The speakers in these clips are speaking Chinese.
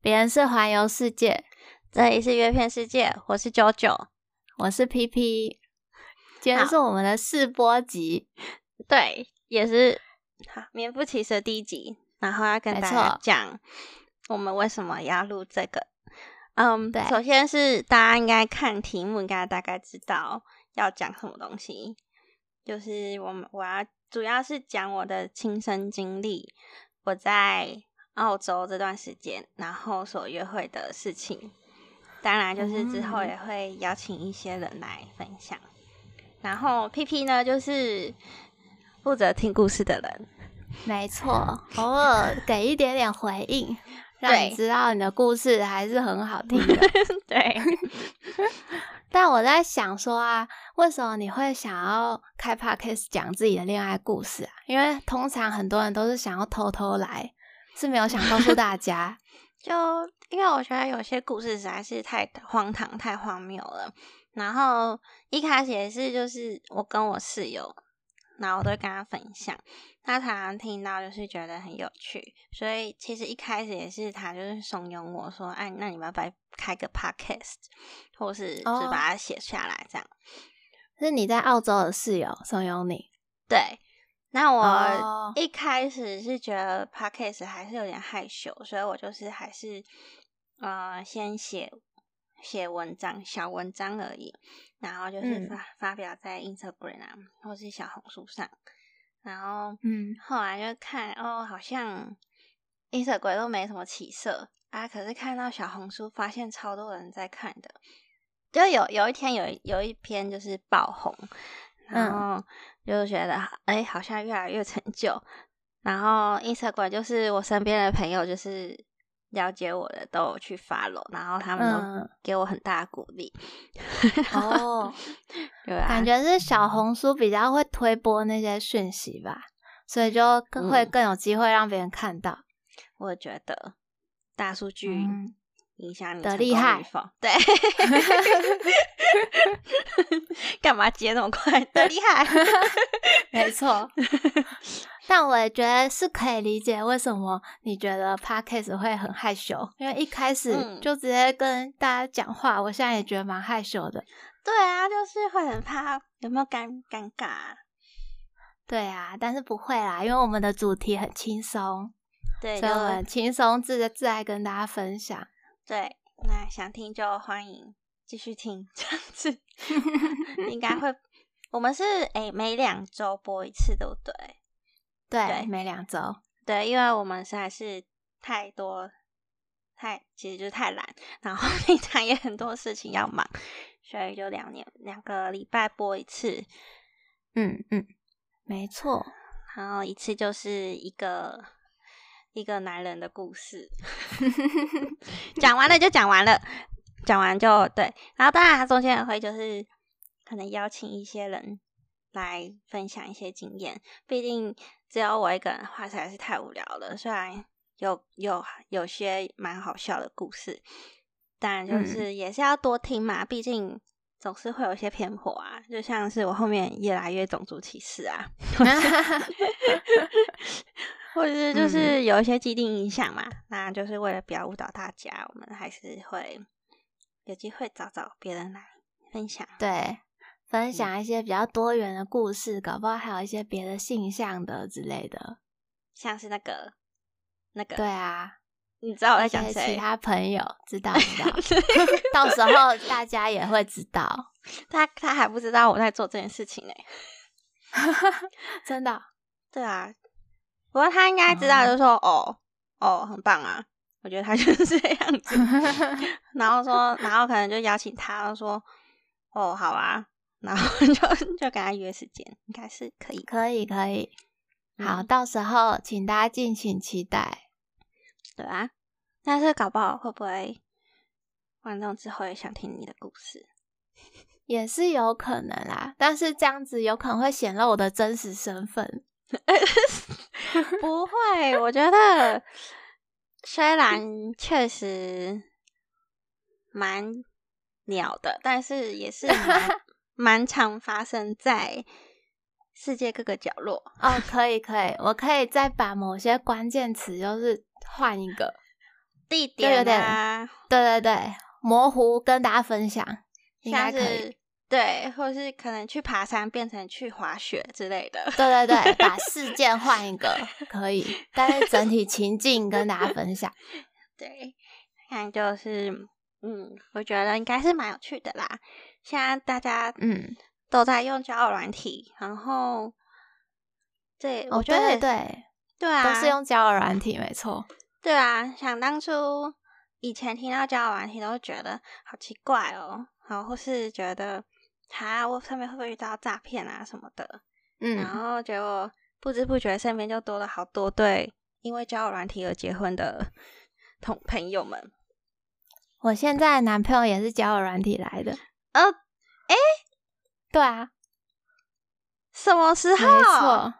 别人是环游世界，这里是约片世界，我是九九。我是 P P。今天好是我们的试播集，对，也是好名副其实的第一集，然后要跟没大家错讲我们为什么要录这个。嗯，对首先是大家应该看题目，应该大概知道要讲什么东西，就是我们我要主要是讲我的亲身经历，我在澳洲这段时间，然后所约会的事情。当然，就是之后嗯也会邀请一些人来分享。然后 P P 呢，就是负责听故事的人。没 错，偶尔给一点点回应，让对你知道你的故事还是很好听的。 对，但我在想说啊，为什么你会想要开 podcast 讲自己的恋爱故事啊？因为通常很多人都是想要偷偷来，是没有想告诉大 家。就因为我觉得有些故事实在是太荒唐、太荒谬了。然后一开始也是，就是我跟我室友，然后我都会跟他分享，他常常听到就是觉得很有趣，所以其实一开始也是他就是怂恿我说：“哎，那你们要不要开个 podcast，或是就是哦把它写下来这样。是你在澳洲的室友怂恿你，对，那我哦一开始是觉得 podcast 还是有点害羞，所以我就是还是呃先写写文章，小文章而已，然后就是嗯发、发表在 Instagram 啊或是小红书上，然后 嗯，后来就看哦，好像 Instagram 都没什么起色啊，可是看到小红书，发现超多人在看的。就有有一天有一有一篇就是爆红，然嗯后就觉得哎、好像越来越成就。然后 Instagram 就是我身边的朋友，就是了解我的都有去 follow，然后他们都嗯给我很大的鼓励。哦，对啊，感觉是小红书比较会推播那些讯息吧，所以就更会嗯更有机会让别人看 到。我觉得大数据嗯影响你的成厉功与害否，对， 干嘛接那么快？的厉害，没错， 但我也觉得是可以理解为什么你觉得 podcast 会很害羞，因为一开始嗯就直接跟大家讲话，我现在也觉得蛮害羞的。对啊，就是会很怕有没有尴尴尬啊、对啊，但是不会啦，因为我们的主题很轻松，对，所就以我们轻松自在自在跟大家分享。对。那想听就欢迎继续听，这样子 应该会。我们是诶、每两周播一次，对不对？对，对每两周，对，因为我们实在是太多，太其实就是太懒，然后平常也很多事情要忙，所以就两年两个礼拜播一次，嗯嗯，没 错。然后一次就是一个一个男人的故事， 讲完了就讲完了，讲完就对，然后当然它中间也会就是可能邀请一些人来分享一些经验，毕竟只有我一个人的话实在是太无聊了，虽然有有有些蛮好笑的故事，但就嗯是也是要多听嘛，毕竟。总是会有一些偏颇啊，就像是我后面越来越种族歧视啊，或者嗯是就是有一些既定影响嘛，那就是为了不要误导大家，我们还是会有机会找找别人来分享。对，嗯分享一些比较多元的故事，搞不好还有一些别的性向的之类的。像是那个那个，对啊，你知道我在一讲些其谁？ 他朋友知道知道， 到时候大家也会知 道，他他还不知道我在做这件事情呢、真的。对啊，不过他应该知道，就说哦哦，很棒啊。我觉得他就是 这样 子，然后说，然后可能就邀请他，然后说哦好啊，然后 就就跟他约时间，应该是可以。可以可以，好，嗯到时候请大家敬请期待。对啊，但是搞不好会不会观众之后也想听你的故事？ 也是有可能啦，但是这样子有可能会显露我的真实身份。不会，我觉得虽然确实蛮鸟的，但是也是 蛮蛮常发生在世界各个角落。哦，可以可以，我可以再把某些关键词就是换一个，地就点有点啊，对对对，模糊跟大家分享，应像该可以。是对，或是可能去爬山变成去滑雪之类的。对对对， 把事件换一个可以，但是整体情境跟大家分享。对，看就是嗯，我觉得应该是蛮有趣的啦。现在大家嗯，都在用交友软体，然后对，哦我觉得对也对对，对啊，都是用交友软体，没错。对啊，想当初以前听到交友软体都会觉得好奇怪哦，然后或是觉得他我上面会不会遇到诈骗啊什么的，然嗯，后结果不知不觉身边就多了好多对因为交友软体而结婚的 同朋友们。我现在的男朋友也是交友软体来的。呃，对啊，什么时候？没错。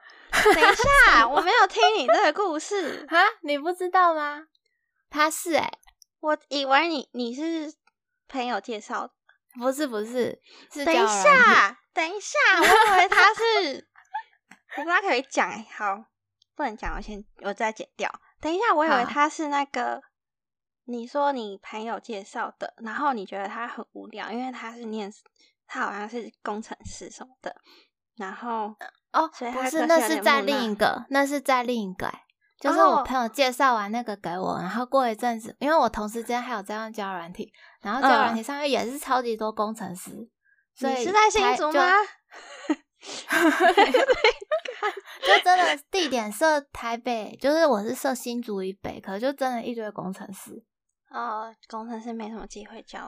等一 下，我没有听你这个故事，啊，你不知道吗？他是哎、我以为你你是朋友介绍的。不是不是，是等一交友软体，下， 等一下，我以为 他是，我不知道可不可以讲欸，好，不能讲，我先我再剪掉。等一下，我以为好他是那个，你说你朋友介绍的，然后你觉得他很无聊，因为他是念，他好像是工程师什么的，然后哦，所以不他是，个那性有是点在木另讷一个，那是在另一个、欸，就是我哦朋友介绍完那个给我，然后过一阵子，因为我同时之间还有在用交友软体，然后交友软嗯体上面也是超级多工程师，所你以是在新才竹就吗？？就真的地点设台北，就是我是设新竹以北，可是就真的一堆工程师，哦，工程师没什么机会交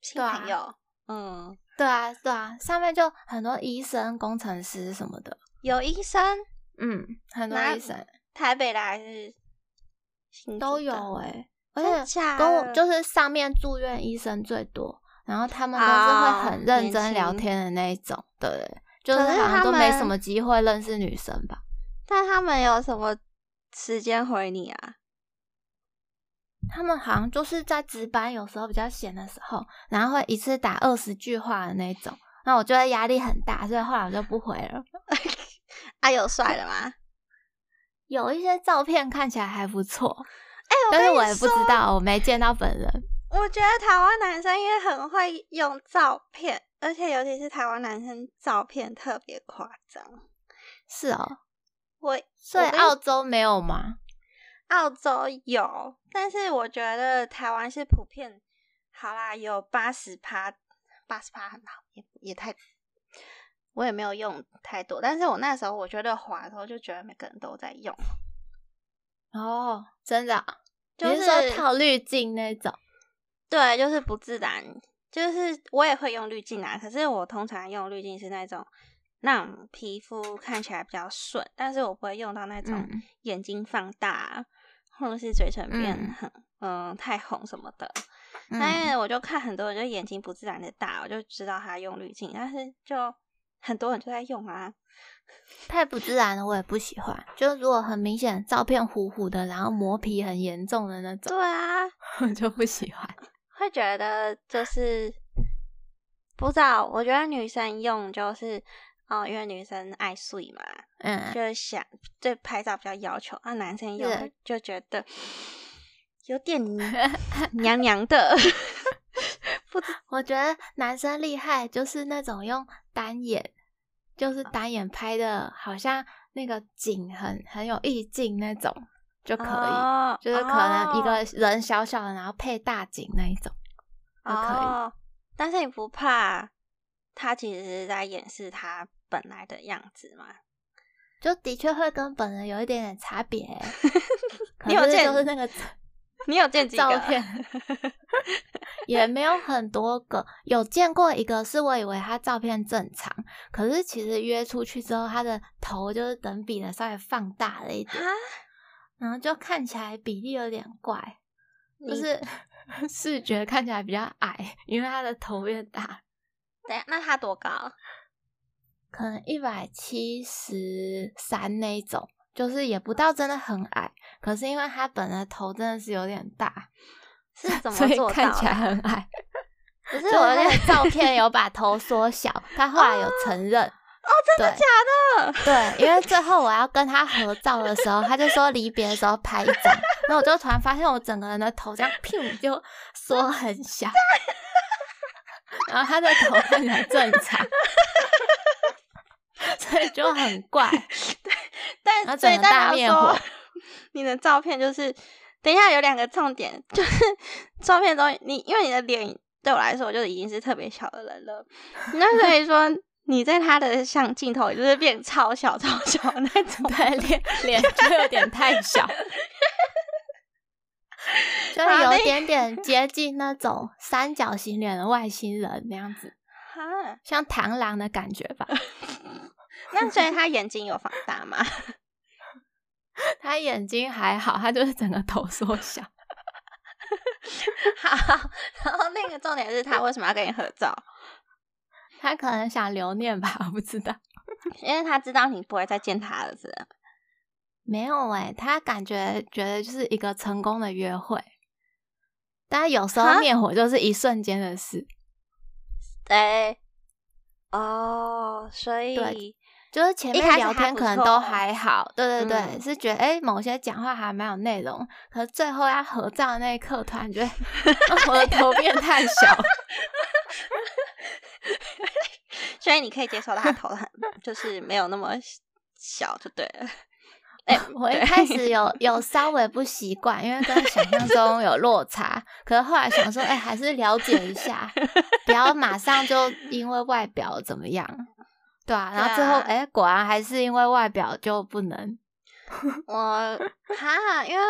新对啊朋友，嗯，对啊对啊，上面就很多医生、工程师什么的，有医生，嗯，很多哪医生台北的还是新都竹有的哎、而真的且假的？跟我就是上面住院医生最多，然后他们都是会哦很认年真聊轻天的那一种，对对，对就是可是好像他都没什们么机会认识女生吧？但他们有什么时间回你啊？他们好像就是在值班，有时候比较闲的时候，然后会一次打二十句话的那一种。那我觉得压力很大，所以后来我就不回了。啊，有帅的吗？有一些照片看起来还不错，哎、我但是跟我你也不说，知道，我没见到本人。我觉得台湾男生因为很会用照片，而且尤其是台湾男生照片特别夸张。是哦，我所以我跟澳洲没有吗？澳洲有，但是我觉得台湾是普遍好啦，有八十趴，八十趴很好，也也太，我也没有用太多。但是我那时候我觉得滑的时候就觉得每个人都在用，哦，真的哦、就你是说套滤镜那种？对，就是不自然。就是我也会用滤镜啊，可是我通常用滤镜是那种让皮肤看起来比较顺，但是我不会用到那种嗯眼睛放大啊、或者是嘴唇变嗯很嗯、太红什么的。嗯但哎是我就看很多人就眼睛不自然的大，我就知道他用滤镜，但是就很多人就在用啊。太不自然了，我也不喜欢。就是如果很明显照片糊糊的，然后磨皮很严重的那种， 对啊，我就不喜欢。会觉得就是不知道，我觉得女生用就是哦、因为女生爱睡嘛，嗯，就是想对拍照比较要求，啊，男生用是就就觉得有点娘娘 的。我觉得男生厉害就是那种用单眼，就是单眼拍的，好像那个景很很有意境那种就可以，哦就是可能一哦个人小小的，然后配大景那一种就可以。哦，但是你不怕他其实是在掩饰他本来的样子吗？，就的确会跟本人有一点点差别、欸你有可是见就是那个你有见几个啊照片 也没有很多个，有见过一个是我以为他照片正常，可是其实约出去之后，他的头就是等比的稍微放大了一啊点，？然后就看起来比例有点怪，就你是 视觉看起来比较矮，因为他的头变大，等一下，那他多高？可能一百七十三那一种。就是也不到真的很矮，可是因为他本来头真的是有点大，是 怎么所以做到的？看起来很 矮。可是就是我他 有的点哦照片有把头缩小，他后来有承认，对假的？对，因为最后我要跟他合照的时候，他就说离别的时候拍一张，然后我就突然发现我整个人的头这样砰就缩很小，然后他的头看起来正常， 所以就很怪。然后但所以整个大代面表火说， 你的照片就是，等一下有两个重点，就是 照片中你因为你的脸对我来说，我就已经是特别小的人了，那所以说你在他的像镜头也就是变超小超小的那种， 对，脸脸就有点太小，就是有点点接近那种三角形脸的外星人那样子， 哈，像螳螂的感觉吧。 那所以他眼睛有放大吗？他眼睛还好，他就是整个头缩小。 好，然后那个重点是他为什么要跟你合照？他可能想留念吧，我不知道。因为他知道你不会再见他儿子了。没有哎、他感觉觉得就是一个成功的约会，但有时候哈灭火就是一瞬间的事，对，哦，所以就是前一面开始聊还天不可能错哦都还好，对对对，嗯是觉得哎、某些讲话还蛮有内容，可是最后要合照的那一刻，突然 觉得我的头变太小了，所以你可以接受他的头 很就是没有那么小就对了。 哎、我一对开始有有稍微不习惯，因为跟想象中有落差。可是后来想说，哎、还是了解一下，不要马上就因为外表怎么样，对啊。然后最后，对啊哎、果然还是因为外表就不能。我哈，因为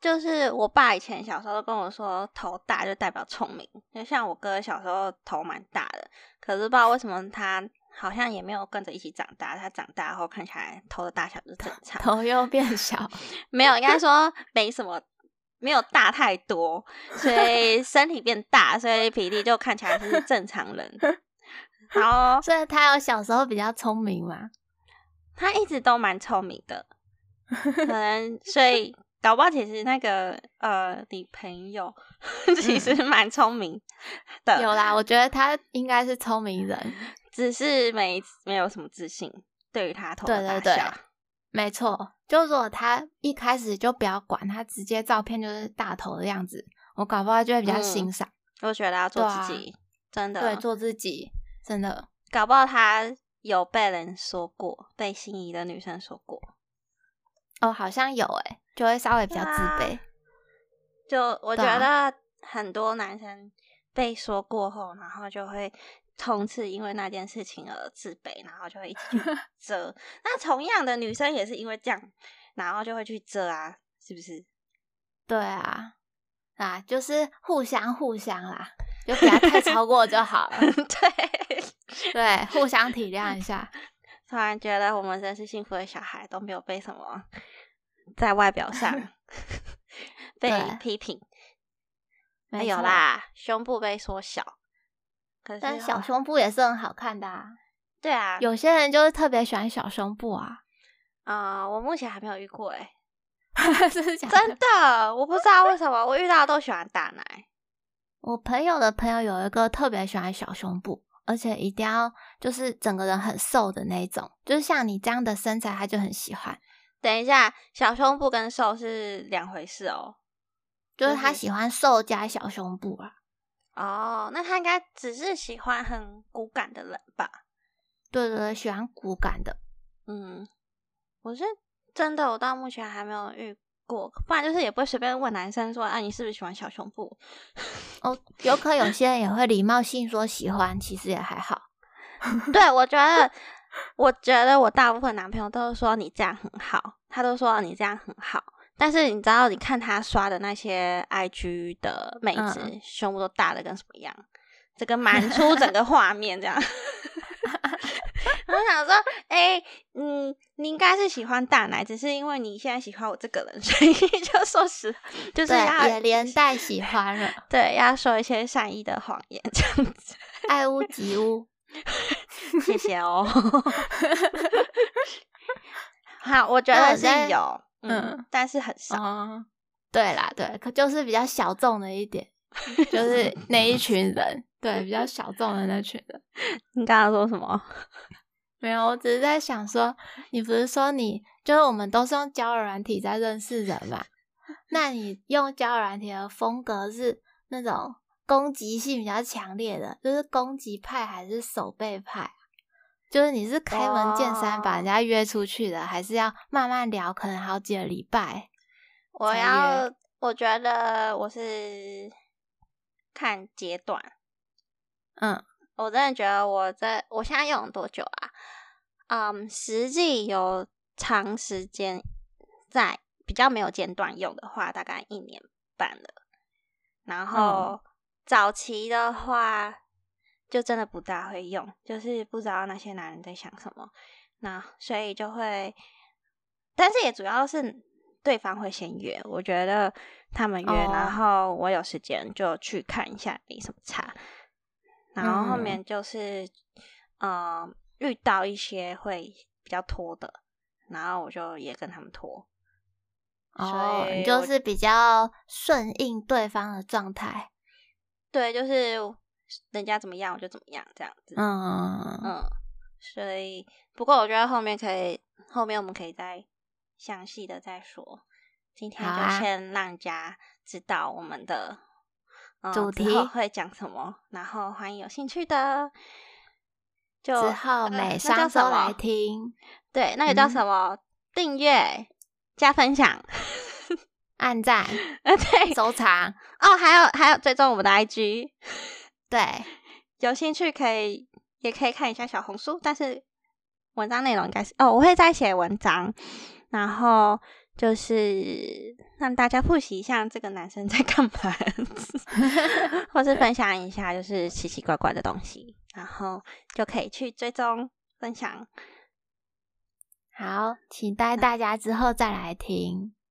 就是我爸以前小时候都跟我说，头大就代表聪明，就像我哥小时候头蛮大的，可是不知道为什么他好像也没有跟着一起长大，他长大后看起来头的大小就是正常，头又变 小，没有，应该说没什么，没有大太多，所以身体变大，所以比例就看起来是正常 人。哦然后所以他有小时候比较聪明嘛，他一直都蛮聪明的，可能所以搞不好其实那个呃，你朋友 其实蛮聪明 的，嗯有啦，我觉得他应该是聪明人，只是没没有什么自信对于他头对的对大对小。没错。就如果他一开始就不要管，他直接照片就是大头的样子，我搞不好就会比较嗯欣赏。我觉得要做对啊自己，真的对，做自己，真的。搞不好他有被人说过，被心仪的女生说过。哦，好像有诶、就会稍微比较对自啊卑。就我觉对啊得很多男生被说过后，然后就会从此因为那件事情而自卑，然后就会一起去 遮。那同样的，女生也是因为这样，然后就会去遮啊，是不是？对啊，啊，就是互相互相啦，就不要太超过就好了。 对。对，互相体谅一下。突然觉得我们真是幸福的小孩，都没有被什么在外表 上被对批评。没哎有错，啦，胸部被缩小，可是但后小胸部也是很好看的 啊。对啊，有些人就是特别喜欢小胸部啊， 啊、我目前还没有遇过哎、真的假真的？的，我不知道为什么我遇到的都喜欢大奶。我朋友的朋友有一个特别喜欢小胸部，而且一定要就是整个人很瘦的那一种，就是像你这样的身材，他就很喜欢。等一下，小胸部跟瘦是两回事哦。就是他就是喜欢瘦加小胸部啊，哦，那他应该只是喜欢很骨感的人吧？对对对，喜欢骨感的。嗯，我是真的，我到目前还没有遇过，不然就是也不会随便问男生说啊，你是不是喜欢小胸部？哦，有可有些人也会礼貌性说喜欢，其实也还好。 对，我觉得，我觉得我大部分男朋友都是说你这样很好，他都说你这样很好。但是你知道，你看他刷的那些 IG 的妹子，嗯胸部都大的跟什么样，整个满出整个画面这样。 我想说，哎、嗯，你应该是喜欢大奶，只是因为你现在喜欢我这个人，所以 就说实，就是要对，也连带喜欢了，对要说一些善意的谎言这样子。爱屋及 乌。谢谢 哦。好，我觉那得我是在有，嗯嗯，但是很少。哦，对啦，对，可就是比较小众的一 点，就是那一群人，对，比较小众的那群人。你刚刚说什么？没有，我只是在想说，你不是说你就是我们都是用交友软体在认识人嘛？那你用交友软体的风格是那种攻击性比较强烈的，就是攻击派还是守备派？啊就是你是开门见山把哦人家约出去的，还是要慢慢聊，可能好几个礼拜？我才要，我觉得我是看阶段，嗯，我真的觉得我在我现在用了多久啊？嗯，实际有长时间在比较没有间断用的话，大概一年半了。然后早期的话，就真的不大会用，就是不知道那些男人在想什么，那所以就会，但是也主要是对方会先约，我觉得他们约，哦然后我有时间就去看一下没什么差，然后嗯后面就是，呃，遇到一些会比较拖的，然后我就也跟他们拖，哦所，以你就我是比较顺应对方的状态，对，就是人家怎么样我就怎么样这样子，嗯，嗯，所以不过我觉得后面可以，后面我们可以再详细的再说。今天好就啊先让大家知道我们的、嗯主之后题会讲什么，然后欢迎有兴趣的就之后呃每那双叫什周来么听，对，那个叫嗯什么？订阅加分享， 按赞、呃，对收藏，哦，还有还有追踪我们的 IG，对，有兴趣可以也可以看一下小红书，但是文章内容应该是哦，我会再写文章，然后就是让大家复习一下这个男生在干嘛，或是分享一下就是奇奇怪怪的东西，然后就可以去追踪分享。好，期待大家之后再来听，